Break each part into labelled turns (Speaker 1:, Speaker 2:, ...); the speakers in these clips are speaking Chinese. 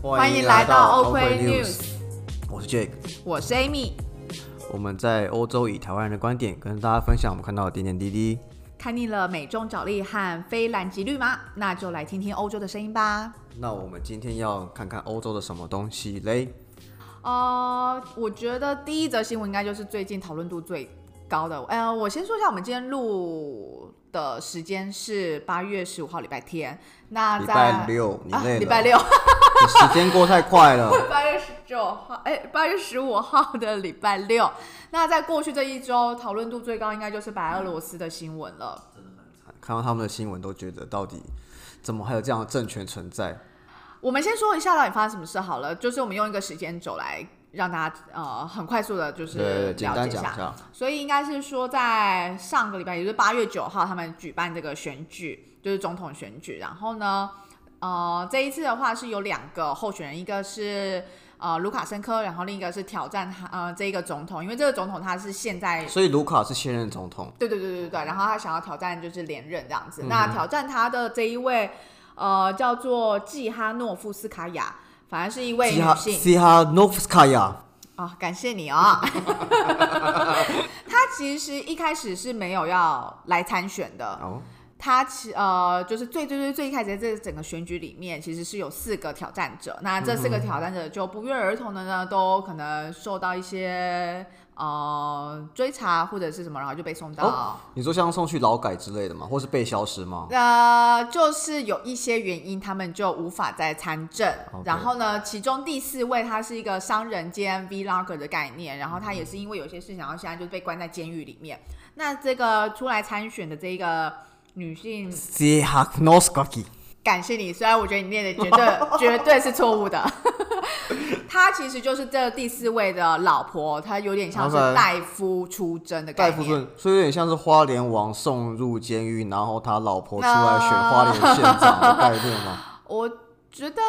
Speaker 1: 欢迎来到 OK News，
Speaker 2: 我是 Jake，
Speaker 1: 我是 Amy。
Speaker 2: 我们在欧洲以台湾人的观点跟大家分享我们看到的点点滴滴。
Speaker 1: 看腻了美中角力和非蓝即绿吗？那就来听听欧洲的声音吧。
Speaker 2: 那我们今天要看看欧洲的什么东西嘞？
Speaker 1: 呃，我觉得第一则新闻应该就是最近讨论度最高的。呃，我先说一下，我们今天录的时间是八月十五号礼拜天。那
Speaker 2: 礼
Speaker 1: 在
Speaker 2: 拜六，你
Speaker 1: 啊
Speaker 2: 累了？
Speaker 1: 礼拜六，
Speaker 2: 你时间过太快了。
Speaker 1: 八月十九号，哎，八月十五号的礼拜六。那在过去这一周，讨论度最高应该就是白俄罗斯的新闻了。
Speaker 2: 看到他们的新闻都觉得到底怎么还有这样的政权存在？
Speaker 1: 我们先说一下到底发生什么事好了，就是我们用一个时间轴来让大家呃很快速的，就是
Speaker 2: 对，简
Speaker 1: 了
Speaker 2: 单
Speaker 1: 解一
Speaker 2: 讲
Speaker 1: 下
Speaker 2: 一。下。
Speaker 1: 所以应该是说，在上个礼拜，也就是八月九号，他们举办这个选举，就是总统选举。然后呢，呃，这一次的话是有两个候选人，一个是呃卢卡申科，然后另一个是挑战他呃这一个总统，因为这个总统他是现在
Speaker 2: 所以卢卡是现任总统，
Speaker 1: 对对对对对，然后他想要挑战就是连任这样
Speaker 2: 嗯
Speaker 1: 子。那挑战他的这一位呃叫做季哈诺夫斯卡娅，反而是一位
Speaker 2: 西
Speaker 1: 女
Speaker 2: 哈
Speaker 1: 性。
Speaker 2: 西哈诺夫斯卡娅。
Speaker 1: 啊、感谢你啊、 他其实一开始是没有要来参选的，
Speaker 2: 哦，
Speaker 1: 他其呃就是最最最最一开始在这整个选举里面，其实是有四个挑战者，那这
Speaker 2: 嗯
Speaker 1: 四个挑战者就不约而同的呢，都可能受到一些呃追查或者是什么，然后就被送到。
Speaker 2: 哦你说像送去劳改之类的吗？或是被消失吗？
Speaker 1: 呃，就是有一些原因，他们就无法再参政。
Speaker 2: OK
Speaker 1: 然后呢，其中第四位他是一个商人兼 vlogger 的概念，然后他
Speaker 2: 嗯
Speaker 1: 也是因为有些事情，然后现在就被关在监狱里面。那这个出来参选的这一个女 性，
Speaker 2: 西哈诺斯卡基。
Speaker 1: 感谢你，虽然我觉得你念的绝 对绝对是错误的。 她其实就是这第四位的老婆，她有点像是
Speaker 2: OK
Speaker 1: 代夫出征的概
Speaker 2: 戴
Speaker 1: 念。
Speaker 2: 夫顺，所以有点像是花莲王送入监狱，然后他老婆出
Speaker 1: 啊
Speaker 2: 来选花莲县长的概念 嘛。
Speaker 1: 我觉得，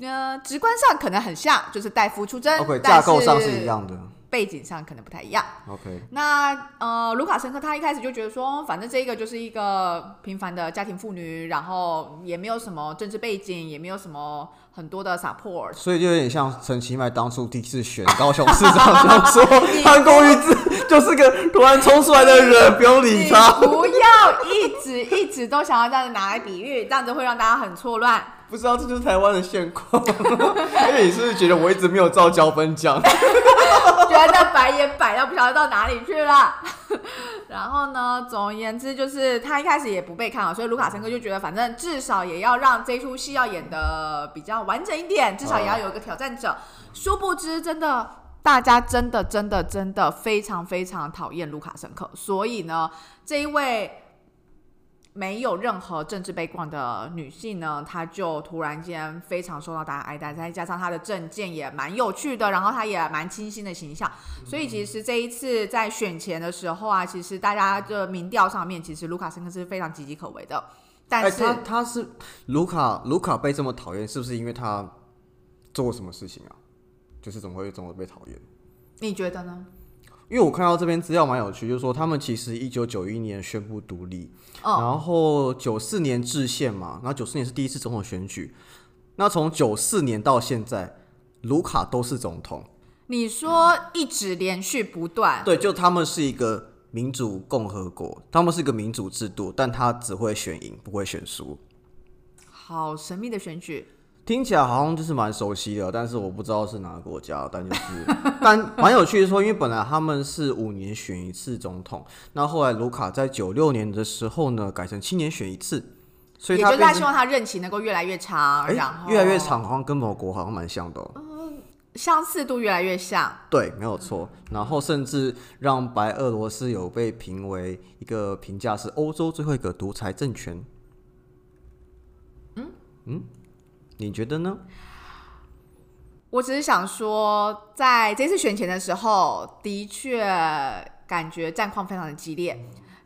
Speaker 1: 呃，直观上可能很像，就是代夫出征
Speaker 2: OK，
Speaker 1: 但
Speaker 2: 架构上是一，样的。
Speaker 1: 背景上可能不太一样。
Speaker 2: OK，
Speaker 1: 那呃，卢卡申科他一开始就觉得说，反正这个就是一个平凡的家庭妇女，然后也没有什么政治背景，也没有什么很多的 support。
Speaker 2: 所以就有点像陈其迈当初第一次选高雄市 长，想说韩国瑜自就是个突然冲出来的人，不用理
Speaker 1: 你
Speaker 2: 他。
Speaker 1: 不要一直一直都想要这样子拿来比喻，这样子会让大家很错乱。
Speaker 2: 不知道这就是台湾的现况。而且你是不是觉得我一直没有照脚本讲？
Speaker 1: 觉得白眼摆到不晓得到哪里去了。 然后呢，总而言之就是他一开始也不被看好，所以卢卡申科就觉得反正至少也要让这出戏要演的比较完整一点，至少也要有一个挑战者。殊不知，真的大家真的真的真的非常非常讨厌卢卡申科，所以呢，这一位。没有任何政治背景的女性呢，她就突然间非常受到大家爱戴，再加上她的证件也蛮有趣的，然后她也蛮清新的形象，
Speaker 2: 嗯
Speaker 1: 所以其实这一次在选前的时候啊，其实大家的民调上面，其实卢卡申科是非常岌岌可危的。但是、
Speaker 2: 哎他他是卢卡，卢卡被这么讨厌，是不是因为他做过什么事情啊？就是怎么会这么被讨厌？
Speaker 1: 你觉得呢？
Speaker 2: 因为我看到这边资料蛮有趣，就是说他们其实一九九一年宣布独立，
Speaker 1: 哦，
Speaker 2: 然后九四年制宪嘛，然后九四年是第一次总统选举，那从九四年到现在，卢卡都是总统，
Speaker 1: 你说一直连续不断，
Speaker 2: 对，就他们是一个民主共和国，他们是一个民主制度，但他只会选赢，不会选输。
Speaker 1: 好神秘的选举。
Speaker 2: 听起来好像就是蛮熟悉的，但是我不知道是哪个国家，但就是 但蛮有趣的说，因为本来他们是五年选一次总统，那后来卢卡在九六年的时候呢，改成七年选一次，所以
Speaker 1: 也
Speaker 2: 他
Speaker 1: 就是
Speaker 2: 变
Speaker 1: 他
Speaker 2: 成
Speaker 1: 希望他任期能够越来越长，
Speaker 2: 哎
Speaker 1: 然后
Speaker 2: 越来越，长，好像跟某国好像蛮像的、哦，
Speaker 1: 相似度越来越像。
Speaker 2: 对，没有错。然后甚至让白俄罗斯有被评为一个评价是欧洲最后一个独裁政权。嗯嗯，
Speaker 1: 嗯
Speaker 2: 你觉得呢？
Speaker 1: 我只是想说，在这次选前的时候，的确感觉战况非常的激烈，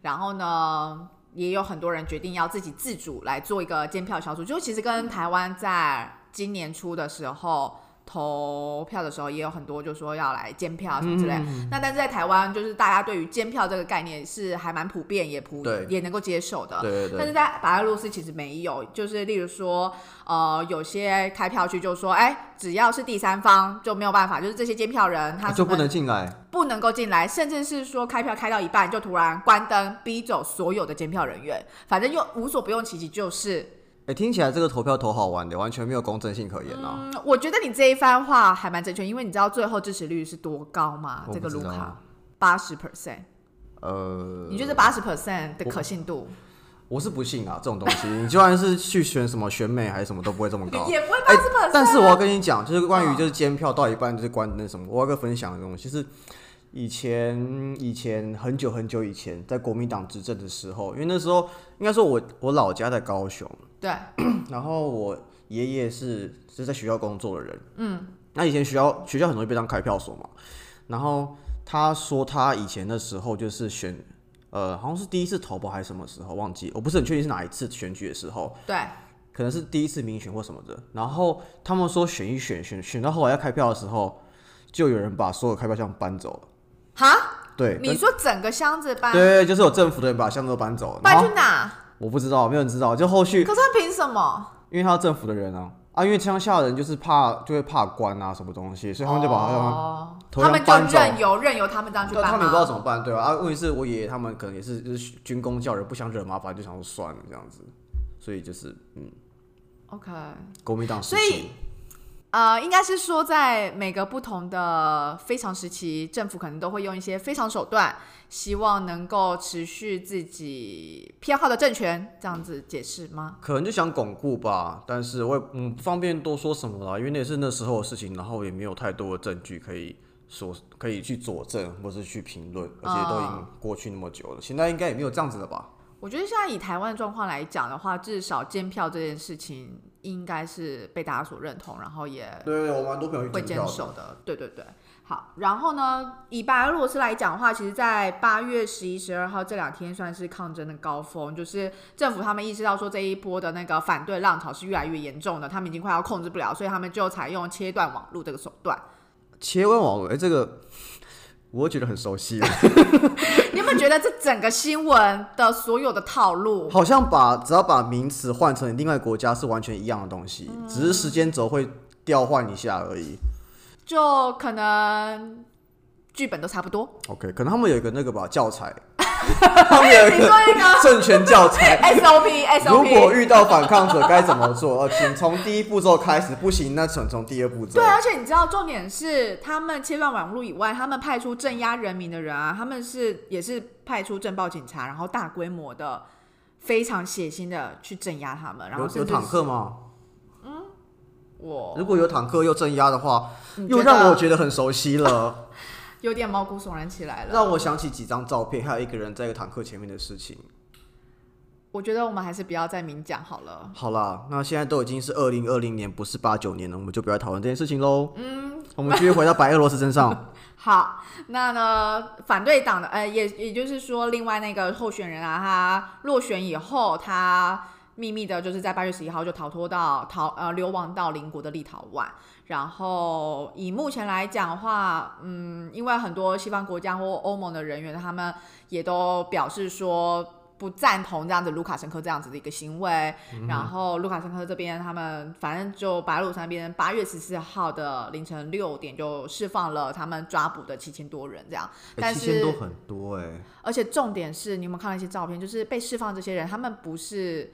Speaker 1: 然后呢，也有很多人决定要自己自主来做一个监票小组，就其实跟台湾在今年初的时候。投票的时候，也有很多就说要来监票什么之类的。
Speaker 2: 嗯
Speaker 1: 那但是在台湾，就是大家对于监票这个概念是还蛮普遍，也普
Speaker 2: 对
Speaker 1: 也能够接受的。
Speaker 2: 对对
Speaker 1: 呃但是
Speaker 2: 对，
Speaker 1: 在白俄罗斯其实没有，就是例如说，呃，有些开票区就说，哎、只要是第三方就没有办法，就是这些监票人他
Speaker 2: 啊就不
Speaker 1: 可
Speaker 2: 能进来。
Speaker 1: 不能够进来，甚至是说开票开到一半就突然关灯，逼走所有的监票人员，反正又无所不用其极，就是。
Speaker 2: 哎，听起来这个投票投好玩的，完全没有公正性可言啊！
Speaker 1: 嗯，我觉得你这一番话还蛮正确，因为你知道最后支持率是多高吗？
Speaker 2: 我
Speaker 1: 这个
Speaker 2: 不知
Speaker 1: 卢
Speaker 2: 道
Speaker 1: 卡八十 percent，
Speaker 2: 呃，
Speaker 1: 你觉得八十 percent 的可信度
Speaker 2: 我是不信啊，这种东西，你就算是去选什么选美还是什么，都不会这么高。
Speaker 1: 也不会八
Speaker 2: 哎
Speaker 1: 十 percent？
Speaker 2: 但是我要跟你讲，就是关于
Speaker 1: 嗯
Speaker 2: 就是监票到一半就是关那什么，我要跟分享的东西就是。以前以前很久很久以前，在国民党执政的时候，因为那时候应该说我我老家在高雄，
Speaker 1: 对，
Speaker 2: 然后我爷爷是是在学校工作的人，嗯，那以前学校学校很容易被当开票所嘛，然后他说他以前的时候就是选，呃，好像是第一次投保还是什么时候忘记，我不是很确定是哪一次选举的时候，
Speaker 1: 对，
Speaker 2: 可能是第一次民选或什么的，然后他们说选一选选选到后来要开票的时候，就有人把所有开票箱搬走了，
Speaker 1: 哈，
Speaker 2: 对，
Speaker 1: 你说整个箱子搬
Speaker 2: 对对，就是有政府的人把箱子都搬走了，然
Speaker 1: 搬
Speaker 2: 后
Speaker 1: 去哪？
Speaker 2: 我不知道，没有人知道，就后续
Speaker 1: 可是他凭什么？
Speaker 2: 因为他是政府的人啊，啊，因为乡下人就是怕就会怕官啊什么东西，所以他们就把他们、
Speaker 1: 哦
Speaker 2: 头
Speaker 1: 他
Speaker 2: 上
Speaker 1: 们就
Speaker 2: 搬走
Speaker 1: 任由任由他们这样去
Speaker 2: 对
Speaker 1: 搬
Speaker 2: 他
Speaker 1: 吗？
Speaker 2: 们也不知道怎么办，对吧、啊？问题是我爷爷他们可能也是就是军工教人，不想惹麻烦，就想说算了这样子，所以就是嗯，
Speaker 1: OK。
Speaker 2: 国民党时
Speaker 1: 所以
Speaker 2: 期
Speaker 1: 呃，应该是说，在每个不同的非常时期，政府可能都会用一些非常手段，希望能够持续自己偏好的政权，这样子解释吗？
Speaker 2: 可能就想巩固吧，但是我也嗯不方便多说什么啦，因为那也是那时候的事情，然后也没有太多的证据可以说可以去佐证或是去评论，而且都已
Speaker 1: 哦
Speaker 2: 经过去那么久了，现在应该也没有这样子了吧？
Speaker 1: 我觉得现在以台湾的状况来讲的话，至少监票这件事情应该是被大家所认同，然后也
Speaker 2: 对对，我蛮多朋友
Speaker 1: 会坚守的，对对对。好，然后呢，以白俄罗斯来讲的话，其实，在八月十一、十二号这两天算是抗争的高峰，就是政府他们意识到说这一波的那个反对浪潮是越来越严重的，他们已经快要控制不了，所以他们就采用切断网络这个手段。
Speaker 2: 切问网络，哎、这个我觉得很熟悉，啊
Speaker 1: 你有没有觉得这整个新闻的所有的套 路？
Speaker 2: 好像把只要把名词换成另外一个国家是完全一样的东西，
Speaker 1: 嗯
Speaker 2: 只是时间轴会调换一下而已。
Speaker 1: 就可能剧本都差 不多。
Speaker 2: OK，可能他们有一个那个吧教 材，他们有
Speaker 1: 你
Speaker 2: 一
Speaker 1: 说
Speaker 2: 个
Speaker 1: 那个
Speaker 2: 政权教 材。
Speaker 1: SOP
Speaker 2: 如果
Speaker 1: SOP，
Speaker 2: 遇到反抗者该怎么做？呃，请从第一步骤开始，不行那请从第二步骤
Speaker 1: 对，。啊而且你知道，重点是他们切断网络以外，他们派出镇压人民的人啊，他们是也是派出镇暴警察，然后大规模的、非常血腥的去镇压他们，然后
Speaker 2: 有有
Speaker 1: 甚至
Speaker 2: 坦克吗？哦
Speaker 1: 我
Speaker 2: 如果有坦克又镇压的话，
Speaker 1: 你
Speaker 2: 又
Speaker 1: 觉
Speaker 2: 让
Speaker 1: 得
Speaker 2: 我觉得很熟悉了，
Speaker 1: 有点毛骨悚然起来了。
Speaker 2: 让我想起几张照片，还有一个人在一个坦克前面的事情。
Speaker 1: 我觉得我们还是不要再明讲好了。
Speaker 2: 好啦，那现在都已经是二零二零年，不是八九年了，我们就不要讨论这件事情喽。嗯，我们继续回到白俄罗斯身上。
Speaker 1: 好，那呢，反对党的呃，也也就是说，另外那个候选人啊，他落选以后，他秘密的就是在八月十一号就逃脱到逃呃流亡到邻国的立陶宛。然后以目前来讲的话，嗯，因为很多西方国家或欧盟的人员，他们也都表示说不赞同这样子卢卡申科这样子的一个行为。
Speaker 2: 嗯
Speaker 1: 然后卢卡申科这边，他们反正就白鲁斯那边，八月十四号的凌晨六点就释放了他们抓捕的七千多人，这样。 但
Speaker 2: 哎七千
Speaker 1: 是
Speaker 2: 多很多哎、
Speaker 1: 而且重点是，你有没有看到一些照片？就是被释放这些人，他们不是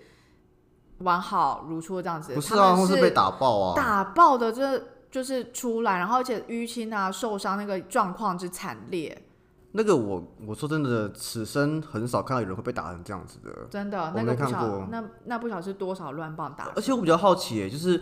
Speaker 1: 完好如初的这样子，
Speaker 2: 不是
Speaker 1: 他
Speaker 2: 啊，
Speaker 1: 们
Speaker 2: 或是被打爆啊，
Speaker 1: 打爆的这，就是出来，然后而且淤青啊、受伤那个状况之惨烈，
Speaker 2: 那个我我说真的，此生很少看到有人会被打成这样子的。
Speaker 1: 真的
Speaker 2: 我
Speaker 1: 那个
Speaker 2: 没
Speaker 1: 不
Speaker 2: 看
Speaker 1: 晓
Speaker 2: 过
Speaker 1: 那那不晓得是多少乱棒打
Speaker 2: 而且我比较好奇、欸，就是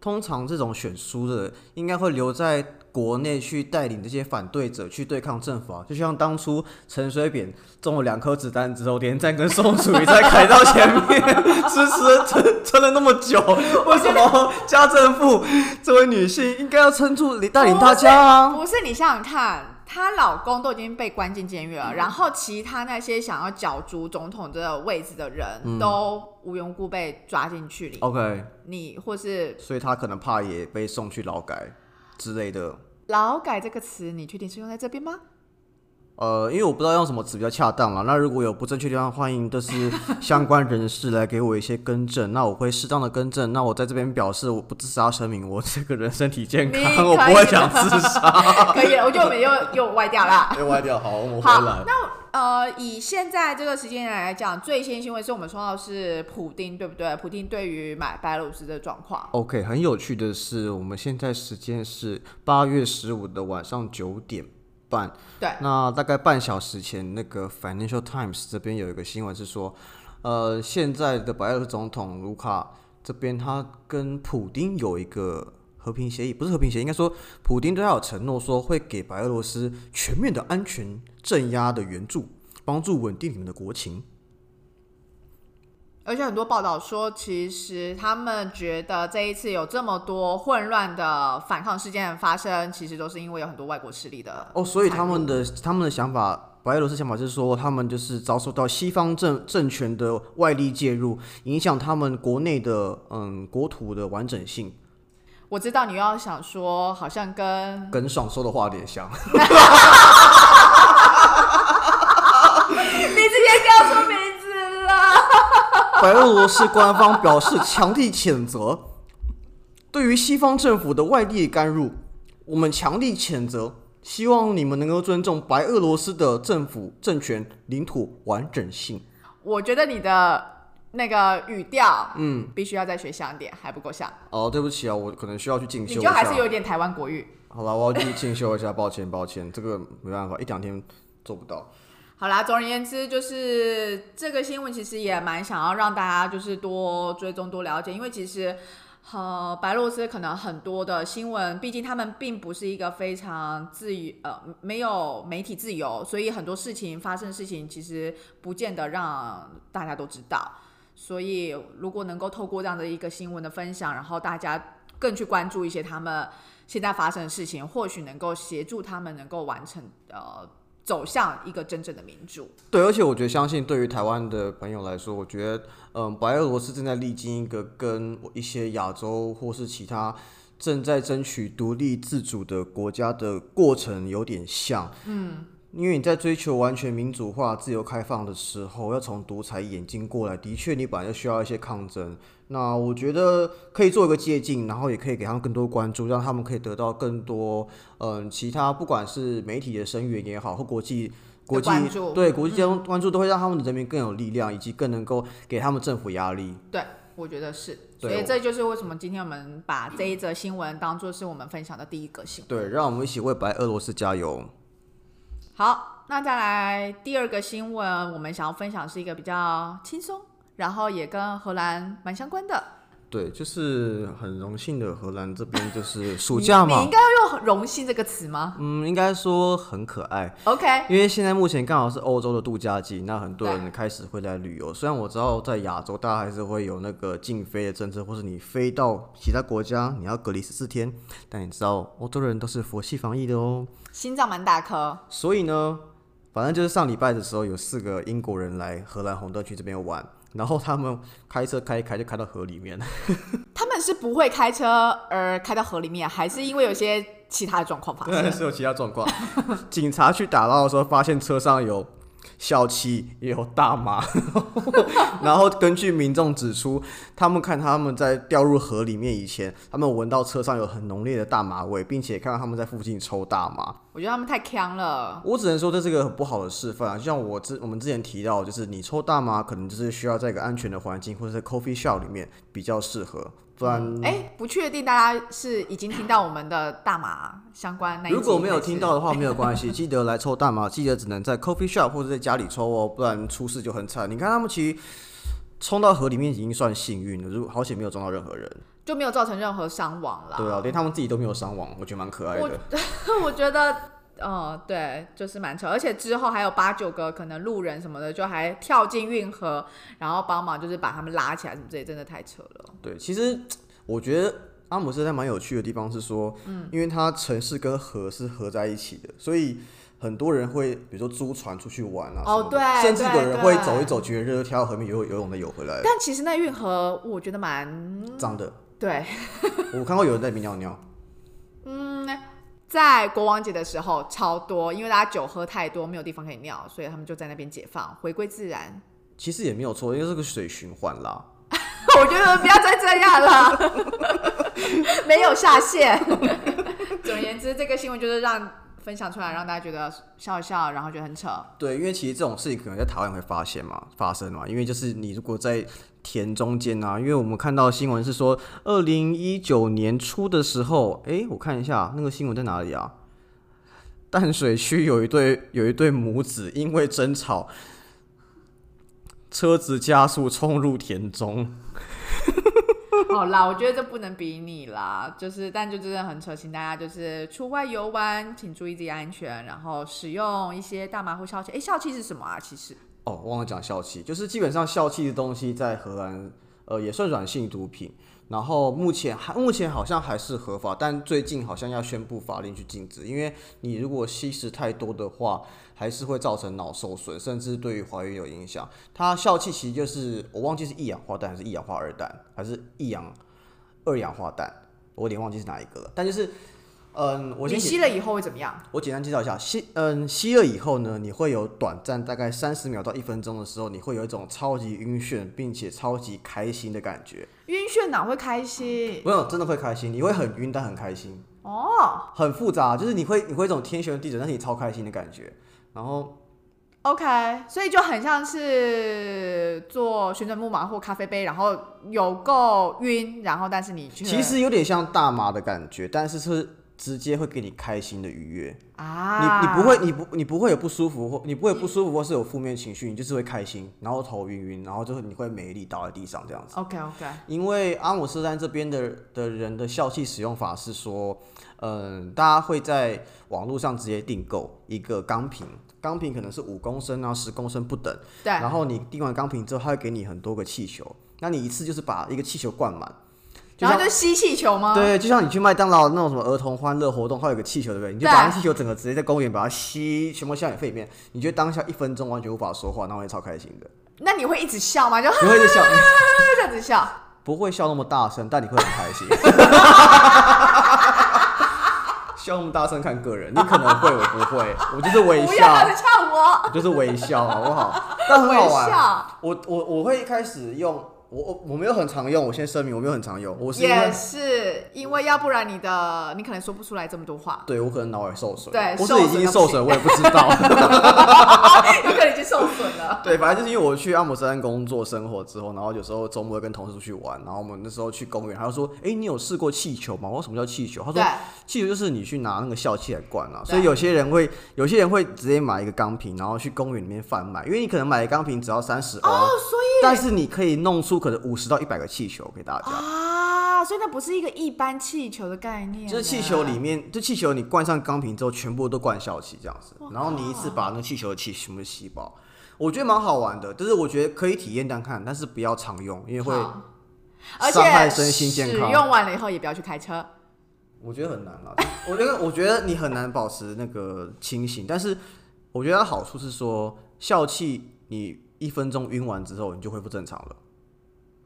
Speaker 2: 通常这种选书的，应该会留在国内去带领这些反对者去对抗政府啊。就像当初陈水扁中了两颗子弹之后，连战跟宋楚瑜在凯道前面 支持撑撑了那么久，为什么家政妇这位女性应该要撑住领带领大家啊？
Speaker 1: 不是你想想看，她老公都已经被关进监狱
Speaker 2: 嗯
Speaker 1: 了，然后其他那些想要角逐总统这个位置的人、
Speaker 2: 嗯
Speaker 1: 都无缘无故被抓进去里，
Speaker 2: OK，
Speaker 1: 你或是
Speaker 2: 所以他可能怕也被送去劳改之类的。
Speaker 1: 劳改这个词，你确定是用在这边吗？
Speaker 2: 呃，因为我不知道用什么词比较恰当啊啦。那如果有不正确地方，欢迎就是相关人士来给我一些更正。那我会适当的更正。那我在这边表示，我不自杀声明，我这个人身体健
Speaker 1: 你可
Speaker 2: 康，
Speaker 1: 以
Speaker 2: 我不会想自杀。
Speaker 1: 可以了，我觉得我们又又歪掉了。
Speaker 2: 被哎歪掉，好，我们
Speaker 1: 好
Speaker 2: 回来。
Speaker 1: 呃，以现在这个时间点来讲，最新新闻是我们说到是普丁，对不对？普丁对于买白俄斯的状况，
Speaker 2: OK，很有趣的是，我们现在时间是八月十五的晚上九点半。
Speaker 1: 对，
Speaker 2: 那大概半小时前，那个 Financial Times 这边有一个新闻是说，呃，现在的白俄罗斯总统卢卡这边他跟普丁有一个和平协议，不是和平协议，应该说普丁对他有承诺，说会给白俄罗斯全面的安全镇压的援助，帮助稳定你们的国情。
Speaker 1: 而且很多报道说，其实他们觉得这一次有这么多混乱的反抗事件发生，其实都是因为有很多外国势力的
Speaker 2: 哦，所以他们的他们的想法，白俄罗斯想法是说，他们就是遭受到西方政政权的外力介入，影响他们国内的嗯国土的完整性，
Speaker 1: 我知道你又要想说，好像跟
Speaker 2: 跟爽说的话有点像。
Speaker 1: 你直接叫出名字了。
Speaker 2: 白俄罗斯官方表示强力谴责对于西方政府的外力干入，我们强力谴责，希望你们能够尊重白俄罗斯的政府、政权、领土完整性。
Speaker 1: 我觉得你的那个语调，嗯，必须要再学像一点，还不够像，
Speaker 2: 哦，对不起啊，我可能需要去进
Speaker 1: 你
Speaker 2: 修一
Speaker 1: 就
Speaker 2: 下。
Speaker 1: 还是有点台湾国语。
Speaker 2: 好了，我要去进修一下，抱歉，抱歉，这个没办法，一两天做不到。
Speaker 1: 好啦，总而言之，就是这个新闻其实也蛮想要让大家就是多追踪、多了解，因为其实。呃，白洛斯可能很多的新闻，毕竟他们并不是一个非常自由，呃，没有媒体自由，所以很多事情发生事情，其实不见得让大家都知道。所以如果能够透过这样的一个新闻的分享，然后大家更去关注一些他们现在发生的事情，或许能够协助他们能够完成呃走向一个真正的民主。
Speaker 2: 对，而且我觉得，相信对于台湾的朋友来说，我觉得，嗯，白俄罗斯正在历经一个跟一些亚洲或是其他正在争取独立自主的国家的过程有点像，嗯，因为你在追求完全民主化、自由开放的时候，要从独裁演进过来，的确你本来就需要一些抗争。那我觉得可以做一个借鉴，然后也可以给他们更多关注，让他们可以得到更多，嗯，其他不管是媒体的声援也好，或国际国际
Speaker 1: 关注
Speaker 2: 对国际间关注，都会让他们的人民更有力量，以及更能够给他们政府压力。
Speaker 1: 对，我觉得是。所
Speaker 2: 对
Speaker 1: 以
Speaker 2: 我
Speaker 1: 这就是为什么今天我们把这一则新闻当做是我们分享的第一个新闻。
Speaker 2: 对，让我们一起为白俄罗斯加油。
Speaker 1: 好，那再来第二个新闻，我们想要分享是一个比较轻松，然后也跟荷兰蛮相关的。
Speaker 2: 对，就是很荣幸的，荷兰这边就是 暑假
Speaker 1: 你你
Speaker 2: 嘛
Speaker 1: 应，该要用“荣幸”这个词吗
Speaker 2: 嗯，应该说很可爱，
Speaker 1: ？OK，
Speaker 2: 因为现在目前刚好是欧洲的度假季，那很多人开始会来旅游。虽然我知道在亚洲，大家还是会有那个禁飞的政策，或是你飞到其他国家，你要隔离十四天，但你知道欧洲人都是佛系防疫的哦。
Speaker 1: 心脏蛮大颗。
Speaker 2: 所以呢，反正就是上礼拜的时候，有四个英国人来荷兰红灯区这边玩，然后他们开车开一开就开到河里面。
Speaker 1: 他们是不会开车而开到河里面，还是因为有些其他的状况发生？
Speaker 2: 对，是有其他状况。警察去打捞的时候，发现车上有笑气，也有大麻。 然后根据民众指出，他们看他们在掉入河里面以前，他们闻到车上有很浓烈的大麻味，并且看到他们在附近抽大麻。
Speaker 1: 我觉得他们太强了。
Speaker 2: 我只能说这是个很不好的示范啊！就像我之我们之前提到，就是你抽大麻可能就是需要在一个安全的环境或者在 coffee shop 里面比较适合，不然
Speaker 1: 哎、不确定大家是已经听到我们的大麻相关那一集
Speaker 2: 如果没有
Speaker 1: 还是
Speaker 2: 听到的话，没有关 系，记得来抽大麻，记得只能在 coffee shop 或者在家里抽哦，不然出事就很惨。你看他们其实冲到河里面已经算幸运了，如果好险没有撞到任何人，
Speaker 1: 就没有造成任何伤亡啦。
Speaker 2: 对啊，连他们自己都没有伤亡，我觉得蛮可爱的。
Speaker 1: 我觉得，嗯，对，就是蛮丑，而且之后还有八九个可能路人什么的，就还跳进运河，然后帮忙就是把他们拉起来什么之类，真的太扯了。
Speaker 2: 对，其实我觉得阿姆斯特丹蛮有趣的地方是说，嗯，因为它城市跟河是合在一起的，所以很多人会比如说租船出去玩啊，
Speaker 1: 哦
Speaker 2: 什么的
Speaker 1: 对
Speaker 2: 甚至有人
Speaker 1: 对
Speaker 2: 会
Speaker 1: 对
Speaker 2: 走一走，觉得热，跳到河边游游泳的游回 来，
Speaker 1: 但其实那运河我觉得蛮
Speaker 2: 脏的。
Speaker 1: 对，
Speaker 2: 我看过有人在里面尿尿，
Speaker 1: 在国王节的时候超多，因为大家酒喝太多，没有地方可以尿，所以他们就在那边解放，回归自然。
Speaker 2: 其实也没有错，因为这个水循环啦。
Speaker 1: 我觉得不要再这样了， 没有下限。总而言之，这个新闻就是让分享出来，让大家觉得笑一笑，然后觉得很 扯。
Speaker 2: 对，因为其实这种事情可能在台湾也会发现嘛，发生嘛。因为就是你如果在田中间啊，因为我们看到新闻是说，二零一九年初的时候，诶，我看一下那个新闻在哪里啊？淡水区有一对有一对母子因为争吵，车子加速冲入田中。
Speaker 1: 好哦啦，我觉得这不能比拟啦，就是但就真的很扯，请大家就是出外游玩，请注意自己安全，然后使用一些大麻或笑气。哎、笑气是什么啊？其实
Speaker 2: 哦，忘了讲笑气，就是基本上笑气的东西在荷兰，呃，也算软性毒品。然后目前还目前好像还是合法，但最近好像要宣布法令去禁止，因为你如果吸食太多的话，还是会造成脑受损，甚至对于怀孕有影响。它笑气其实就是我忘记是一氧化氮还是一氧化二氮，还是一氧二氧化氮，我有点忘记是哪一个了。但就是，嗯，我先
Speaker 1: 你
Speaker 2: 解
Speaker 1: 吸了以后会怎么样？
Speaker 2: 我简单介绍一下，吸嗯吸了以后呢，你会有短暂大概三十秒到一分钟的时候，你会有一种超级晕眩并且超级开心的感觉。
Speaker 1: 晕眩哪会开心？
Speaker 2: 没有，真的会开心，你会很晕但很开心，
Speaker 1: 哦
Speaker 2: 很复杂，就是你会你会有一种天旋地转，但是你超开心的感觉。然后
Speaker 1: ，OK，所以就很像是做旋转木马或咖啡杯，然后有够晕，然后但是你却
Speaker 2: 其实有点像大麻的感觉，但是是直接会给你开心的愉悦。
Speaker 1: 啊，
Speaker 2: 你你不会你不你不会有不舒服或你不会有不舒服或是有负面情绪，你就是会开心，然后头晕晕，然后就是你会没力倒在地上这样子。
Speaker 1: OK OK，
Speaker 2: 因为阿姆斯特丹这边的的人的笑气使用法是说，嗯，大家会在网络上直接订购一个钢瓶，钢瓶可能是五公升啊、十公升不等。
Speaker 1: 对，
Speaker 2: 然后你订完钢瓶之后，他会给你很多个气球，那你一次就是把一个气球灌满。就
Speaker 1: 然
Speaker 2: 像
Speaker 1: 后就哦吸气球吗？
Speaker 2: 对，就像你去麦当劳那种什么儿童欢乐活动，它有个气球，对不对？你就把那
Speaker 1: 对
Speaker 2: 气球整个直接在公园把它吸，全部吸到你肺里面，你觉得当下一分钟完全无法说话，那我也超开心的，
Speaker 1: 那你会一直笑吗？就
Speaker 2: 你会一直笑，你
Speaker 1: 这样子笑。
Speaker 2: 不会笑那么大声，但你会很开 心。笑那么大声看个人，你可能会，我不会，我就是微
Speaker 1: 不要
Speaker 2: 笑
Speaker 1: 再，呛我，
Speaker 2: 我就是微笑，好不好？但很好
Speaker 1: 微
Speaker 2: 玩。
Speaker 1: 笑
Speaker 2: 我我我会一开始用，我我我没有很常用，我先声明我没有很常用，我是因为
Speaker 1: 也是因为要不然你的你可能说不出来这么多话，
Speaker 2: 对我可能脑海受损，
Speaker 1: 对
Speaker 2: 不
Speaker 1: 受
Speaker 2: 是已
Speaker 1: 损
Speaker 2: 经
Speaker 1: 到
Speaker 2: 受
Speaker 1: 不
Speaker 2: 损，我也不知道。
Speaker 1: 有可能已经受损了。
Speaker 2: 对，反正就是因为我去阿姆斯特丹工作生活之后，然后有时候周末会跟同事出去玩，然后我们那时候去公园，他就说：“哎、你有试过气球吗？”我说：“什么叫气球？”他说
Speaker 1: 对，：“
Speaker 2: 气球就是你去拿那个笑气来灌啊。”
Speaker 1: 对
Speaker 2: 所以有些人会，有些人会直接买一个钢瓶，然后去公园里面贩卖，因为你可能买的钢瓶只要三十欧，
Speaker 1: 哦，所以
Speaker 2: 但是你可以弄出可能五十到一百个气球给大家。
Speaker 1: 啊，所以那不是一个一般气球的啊概念，
Speaker 2: 就是气球里。面，就气球你灌上钢瓶之后，全部都灌笑气这样子，然后你一次把那个气球的气全部吸饱，我觉得蛮好玩的，就是我觉得可以体验看看，但是不要常用，因为会
Speaker 1: 好而
Speaker 2: 伤害
Speaker 1: 且
Speaker 2: 身心健康
Speaker 1: 使用完了以后也不要去开车。
Speaker 2: 我觉得很难了。我觉得我觉得你很难保持那个清醒，但是我觉得它好处是说，笑气你一分钟晕完之后，你就恢复正常了，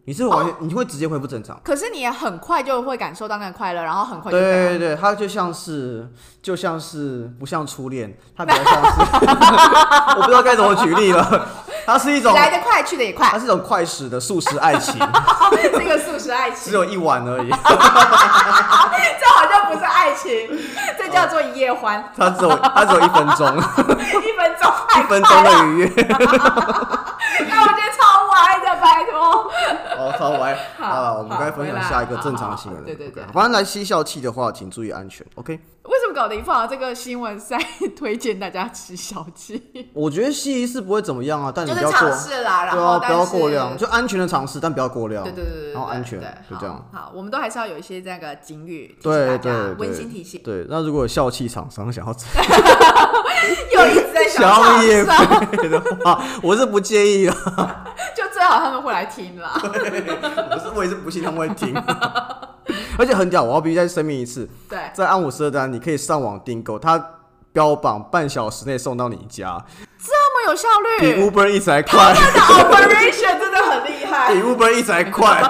Speaker 2: 你是完全、你会直接恢复正常。
Speaker 1: 可是你也很快就会感受到那个快乐，然后很快就
Speaker 2: 对
Speaker 1: 回来
Speaker 2: 对对，它就像是就像是不像初恋，它比较像是 我不知道该怎么举例了，它是一种啊
Speaker 1: 来得快去得也快哦
Speaker 2: 它，是一种快死的速食爱情，
Speaker 1: 这个素食爱
Speaker 2: 只
Speaker 1: 情，哦
Speaker 2: 有一晚而已，
Speaker 1: 这好像不是爱情，这叫做一夜 欢，
Speaker 2: 它只有它只有一分钟，
Speaker 1: 一分钟
Speaker 2: 一
Speaker 1: 太快
Speaker 2: 分钟
Speaker 1: 了。
Speaker 2: 的愉悦。
Speaker 1: 那我觉得超歪的，拜托。
Speaker 2: 哦，好玩，
Speaker 1: 好
Speaker 2: 好了，我们
Speaker 1: 好
Speaker 2: 该分
Speaker 1: 回
Speaker 2: 享
Speaker 1: 来
Speaker 2: 下一个
Speaker 1: 好
Speaker 2: 正常
Speaker 1: 好
Speaker 2: 新闻了。
Speaker 1: 好对对
Speaker 2: OK，
Speaker 1: 对
Speaker 2: 反正来吸笑气的话，请注意安全。OK，
Speaker 1: 为什么搞得一副好像这个新闻是在推荐大家吃小鸡？
Speaker 2: 我觉得吸一次不会怎么样啊，但你
Speaker 1: 就
Speaker 2: 不
Speaker 1: 是
Speaker 2: 要过，
Speaker 1: 尝试啦，然
Speaker 2: 对
Speaker 1: 后
Speaker 2: 啊，
Speaker 1: 但
Speaker 2: 不
Speaker 1: 是
Speaker 2: 要过量，就安全的尝试，但不要过量。
Speaker 1: 对对对对对，
Speaker 2: 然后安全
Speaker 1: 对
Speaker 2: 就这。样
Speaker 1: 好好，我们都还是要有一些这个警语，提醒
Speaker 2: 对对
Speaker 1: 大家
Speaker 2: 对，
Speaker 1: 温馨提醒。
Speaker 2: 对，那如果有笑气厂商 想要
Speaker 1: 又一直在
Speaker 2: 想 要夜
Speaker 1: 唱上，
Speaker 2: 配的话，我是不介意啊，
Speaker 1: 就最好他们会来听啦。
Speaker 2: 我是我也是不信他们会 听。而且很屌，我要必须再声明一次，
Speaker 1: 对，
Speaker 2: 在安姆斯特丹你可以上网订购，它标榜半小时内送到你家，
Speaker 1: 那么有效
Speaker 2: 比
Speaker 1: 率，
Speaker 2: Uber 一直还 快，
Speaker 1: 他的 operation 真的很厉
Speaker 2: 比
Speaker 1: 害，
Speaker 2: Uber 一直还快，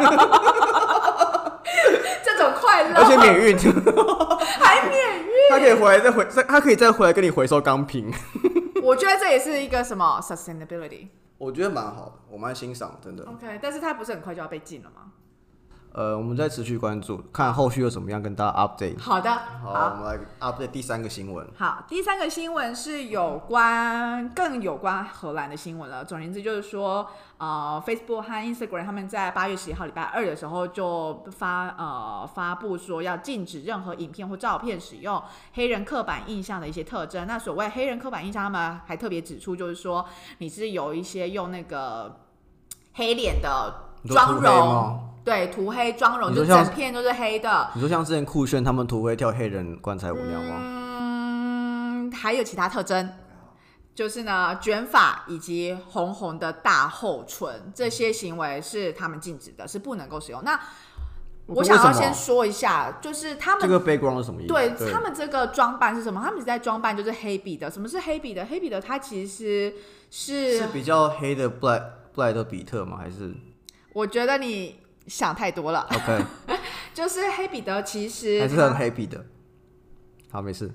Speaker 1: 这种快乐，
Speaker 2: 而且免运，
Speaker 1: 还免运。
Speaker 2: 他可以回来再 回，再他可以再回来跟你回收钢瓶，
Speaker 1: 我觉得这也是一个什么 sustainability。
Speaker 2: 我觉得蛮好的，我蛮欣赏，真的。
Speaker 1: OK，但是它不是很快就要被禁了吗？
Speaker 2: 呃，我们再持续关注，看后续又怎么样跟大家 update。
Speaker 1: 好的，
Speaker 2: 好，
Speaker 1: 好。
Speaker 2: 我们来 update 第三个新闻。
Speaker 1: 好，第三个新闻是有关更有关荷兰的新闻了。总而言之，就是说，呃，Facebook 和 Instagram 他们在八月十一号礼拜二的时候就发呃发布说要禁止任何影片或照片使用黑人刻板印象的一些特征。那所谓黑人刻板印象，他们还特别指出，就是说你是有一些用那个黑脸的
Speaker 2: 你说
Speaker 1: 妆
Speaker 2: 涂黑
Speaker 1: 容，
Speaker 2: 吗？
Speaker 1: 对，涂黑妆容，
Speaker 2: 你
Speaker 1: 就
Speaker 2: 说像
Speaker 1: 整片都是黑的。
Speaker 2: 你说像之前酷炫他们涂黑跳黑人棺材舞那样吗？
Speaker 1: 嗯，还有其他特征，就是呢，卷发以及红红的大厚唇，这些行为是他们禁止的，是不能够使用。那我想要
Speaker 2: 为什
Speaker 1: 先
Speaker 2: 么
Speaker 1: 说一下，就是他
Speaker 2: 这
Speaker 1: 们。
Speaker 2: 个 background 是什么意思？
Speaker 1: 对他们这个装扮是什么？他们一直在装扮，就是黑彼得。什么是黑彼得？黑彼得它其实是，
Speaker 2: 是比较黑的布莱布莱德比特吗？还是
Speaker 1: 我觉得你想太多了。
Speaker 2: OK
Speaker 1: 就是黑彼得其实
Speaker 2: 还是
Speaker 1: 它
Speaker 2: 很 happy 的？好，没事。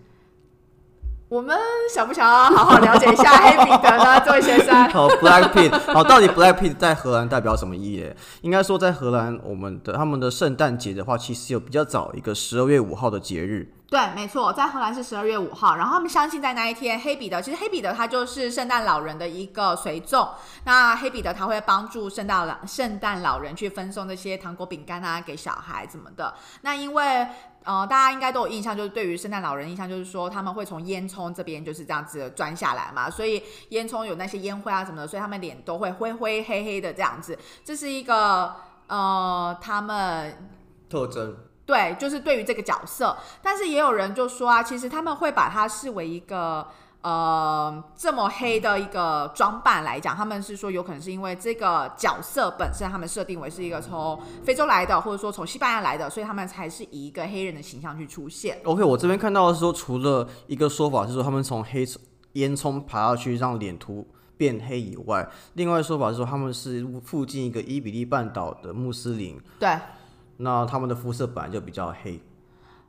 Speaker 1: 我们想不想要好好了解一下黑彼得呢， 这位先生？
Speaker 2: 好，Blackpink，好， 到底 Blackpink 在荷兰代表什么意义呢？应该说，在荷兰，我们的他们的圣诞节的话，其实有比较早一个十二月五号的节日，
Speaker 1: 对，没错，在荷兰是十二月五号，然后他们相信在那一天，黑彼得其实黑彼得他就是圣诞老人的一个随从。那黑彼得他会帮助圣诞老圣诞老人去分送这些糖果、饼干啊给小孩怎么的。那因为呃，大家应该都有印象，就是对于圣诞老人印象就是说他们会从烟囱这边就是这样子钻下来嘛，所以烟囱有那些烟灰啊什么的，所以他们脸都会灰灰黑黑的这样子。这是一个呃，他们
Speaker 2: 特征。
Speaker 1: 对，就是对于这个角色，但是也有人就说啊，其实他们会把它视为一个呃这么黑的一个装扮来讲，他们是说有可能是因为这个角色本身，他们设定为是一个从非洲来的，或者说从西班牙来的，所以他们才是以一个黑人的形象去出现。
Speaker 2: OK，我这边看到的是说，除了一个说法是说他们从黑烟囱爬下去让脸涂变黑以外，另外说法是说他们是附近一个伊比利半岛的穆斯林，
Speaker 1: 对，
Speaker 2: 那他们的肤色本来就比较黑。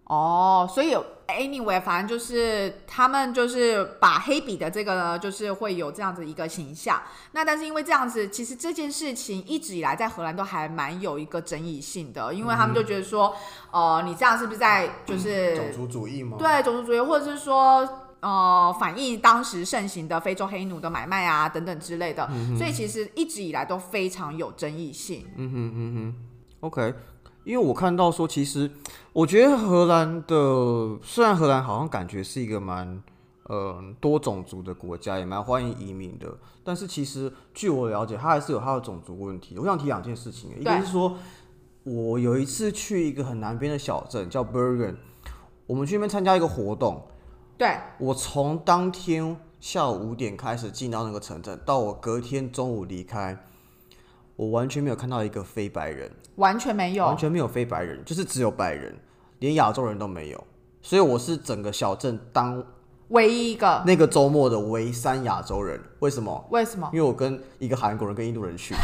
Speaker 1: 哦，所以有 anyway，反正就是他们就是把黑笔的这个呢，就是会有这样子一个形象。那但是因为这样子，其实这件事情一直以来在荷兰都还蛮有一个争议性的，因为他们就觉得说，呃，你这样是不是在就是
Speaker 2: 嗯族主义吗，
Speaker 1: 对种族主义，或者是说。呃，反映当时盛行的非洲黑奴的买卖啊，等等之类的，
Speaker 2: 嗯
Speaker 1: 所以其实一直以来都非常有争议性。
Speaker 2: OK，因为我看到说，其实我觉得荷兰的虽然荷兰好像感觉是一个蛮呃多种族的国家，也蛮欢迎移民的，但是其实据我了解，它还是有它的种族问题。我想提两件事情，一个
Speaker 1: 对
Speaker 2: 是说，我有一次去一个很南边的小镇叫 Bergen，我们去那边参加一个活动，
Speaker 1: 对，
Speaker 2: 我从当天下午五点开始进到那个城镇，到我隔天中午离开，我完全没有看到一个非白人。
Speaker 1: 完全没有
Speaker 2: 完，全没有非白人，就是只有白人，连亚洲人都没有。所以我是整个小镇当
Speaker 1: 唯一一个，
Speaker 2: 那个周末的唯三亚洲人。为什么？
Speaker 1: 为什么？
Speaker 2: 因为我跟一个韩国人跟印度人去，哦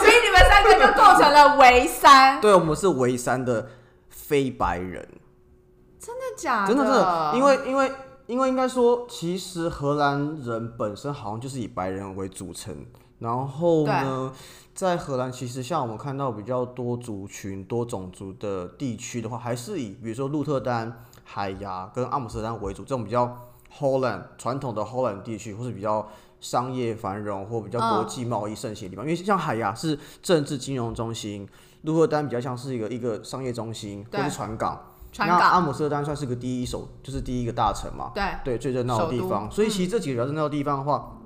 Speaker 1: 所以你们三个就构成了围三，
Speaker 2: 对我们是唯三的非白人，
Speaker 1: 真的假
Speaker 2: 真的
Speaker 1: 的
Speaker 2: 真的，因为因为因为应该说，其实荷兰人本身好像就是以白人为组成。然后呢，在荷兰，其实像我们看到比较多族群、多种族的地区的话，还是以比如说鹿特丹、海牙跟阿姆斯特丹为主，这种比较 Holland 传统的 Holland 地区，或是比较商业繁荣或比较
Speaker 1: 嗯
Speaker 2: 国际贸易盛行的地方。因为像海牙是政治金融中心，鹿特丹比较像是一个一个商业中心或
Speaker 1: 对
Speaker 2: 是船港。
Speaker 1: 传
Speaker 2: 那啊
Speaker 1: 港
Speaker 2: 阿姆斯特丹算是个第一首，就是第一个大城嘛，
Speaker 1: 对
Speaker 2: 对，最热闹的地
Speaker 1: 首
Speaker 2: 方。所以其实这几个比较热闹的地方的话，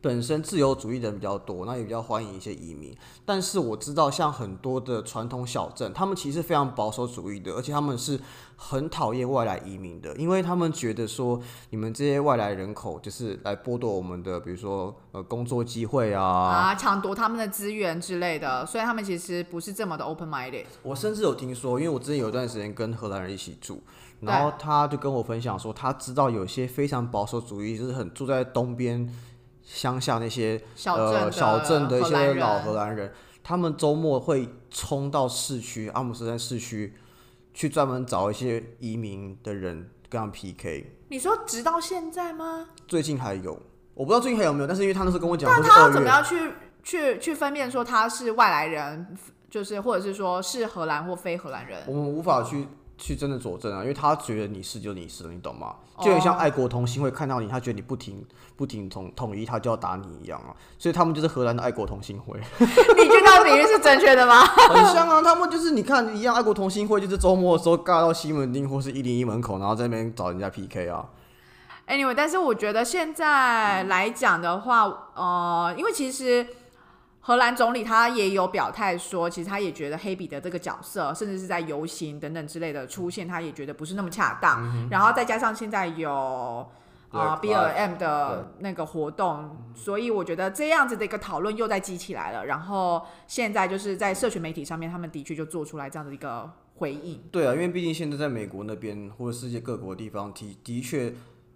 Speaker 2: 本身自由主义的人比较多，那也比较欢迎一些移民。但是我知道，像很多的传统小镇，他们其实非常保守主义的，而且他们是很讨厌外来移民的，因为他们觉得说你们这些外来人口就是来剥夺我们的，比如说呃工作机会啊。
Speaker 1: 啊抢夺他们的资源之类的，所以他们其实不是这么的 open minded。
Speaker 2: 我甚至有听说，因为我之前有一段时间跟荷兰人一起住，然后他就跟我分享说，他知道有些非常保守主义，就是很住在东边乡下那些
Speaker 1: 小镇
Speaker 2: 呃
Speaker 1: 的
Speaker 2: 小镇的一
Speaker 1: 荷
Speaker 2: 些
Speaker 1: 兰
Speaker 2: 老
Speaker 1: 人
Speaker 2: 荷兰人，他们周末会冲到市区阿姆斯特丹市区去专门找一些移民的人跟他们 PK。
Speaker 1: 你说直到现在吗？
Speaker 2: 最近还有，我不知道最近还有没有，但是因为他那时候跟我讲，
Speaker 1: 那
Speaker 2: 说是
Speaker 1: 他要
Speaker 2: 二
Speaker 1: 怎么
Speaker 2: 月
Speaker 1: 样去去去分辨说他是外来人，就是或者是说是荷兰或非荷兰人？
Speaker 2: 我们无法去去真的佐证啊，因为他觉得你是就你是，你懂吗？
Speaker 1: 哦
Speaker 2: 就很像爱国童星会看到你，他觉得你不停不停统统一，他就要打你一样啊。所以他们就是荷兰的爱国童星会，
Speaker 1: 你觉得他的比喻是正确的吗？
Speaker 2: 很像啊。他们就是你看一样，爱国童星会就是周末的时候尬到西门町或是一零一门口，然后在那边找人家 PK 啊。
Speaker 1: Anyway，但是我觉得现
Speaker 2: 嗯
Speaker 1: 在来讲的话，呃，因为其实荷兰总理他也有表态说，其实他也觉得黑彼得这个角色，甚至是在游行等等之类的出现，他也觉得不是那么恰当。然后再加上现在有。啊
Speaker 2: 嗯 Black
Speaker 1: ，B
Speaker 2: lives 嗯
Speaker 1: L M 的那个活动，所以我觉得这样子的一个讨论又在激起来了。然后现在就是在社群媒体上面，他们的确就做出来这样的一个回应。
Speaker 2: 对啊，因为毕竟现在在美国那边或者世界各国地方，的的确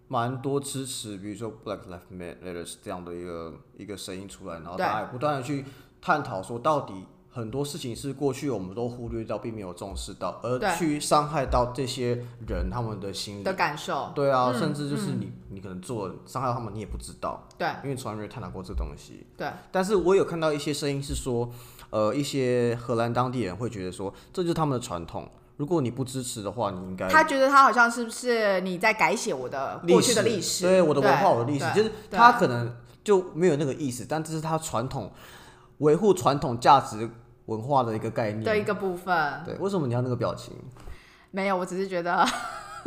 Speaker 2: 蛮多支持，比如说 Black Lives Matter 这样的一个一个声音出来，然后
Speaker 1: 对
Speaker 2: 大家也不断的去探讨说，到底很多事情是过去我们都忽略到，并没有重视到，而
Speaker 1: 对
Speaker 2: 去伤害到这些人他们的心理
Speaker 1: 的。嗯感受，
Speaker 2: 对啊，甚至就是你，你可能做了伤害到他们，你也不知道，
Speaker 1: 对
Speaker 2: 因为从来没有探讨过这东西。
Speaker 1: 对，
Speaker 2: 但是我有看到一些声音是说，呃，一些荷兰当地人会觉得说，这就是他们的传统。如果你不支持的话，你应该
Speaker 1: 他觉得他好像是不是你在改写我的过去的历史，
Speaker 2: 对我的文化，我的历史，
Speaker 1: 对
Speaker 2: 就是
Speaker 1: 对
Speaker 2: 他可能就没有那个意思，但这是他传统维护传统价值文化的一个概念。
Speaker 1: 的一个部分。
Speaker 2: 对，为什么你要那个表情？
Speaker 1: 没有，我只是觉得，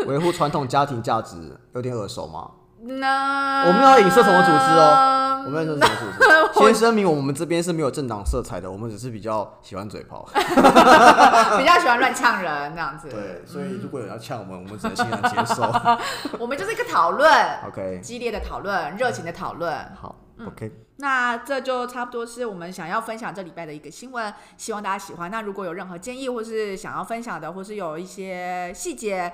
Speaker 2: 维护传统家庭价值有点耳熟 吗？
Speaker 1: 那
Speaker 2: 我没有要影射什么组织
Speaker 1: 哦
Speaker 2: 我们说什么组织？先声明，我们这边是没有政党色彩的，我们只是比较喜欢嘴炮。
Speaker 1: 比较喜欢乱呛人这样子。
Speaker 2: 哦对，所以如果有人要呛我们，我们只能欣然接 受。
Speaker 1: 我们就是一个讨论，
Speaker 2: OK，
Speaker 1: 激烈的讨论，热情的讨论。
Speaker 2: 好，OK，
Speaker 1: 那这就差不多是我们想要分享这礼拜的一个新闻，希望大家喜欢。那如果有任何建议，或是想要分享的，或是有一些细节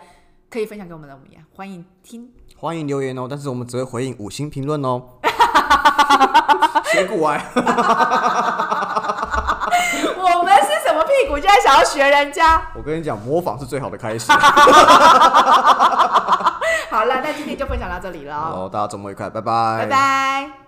Speaker 1: 可以分享给我们的，我们也欢迎听。
Speaker 2: 欢迎留言哦，但是我们只会回应五星评论 哦。学古玩，
Speaker 1: 我们是什么屁股，竟然想要学人家？
Speaker 2: 我跟你讲，模仿是最好的开始。
Speaker 1: 好了，那今天就分享到这里了，
Speaker 2: 好，大家周末愉快，拜
Speaker 1: 拜拜。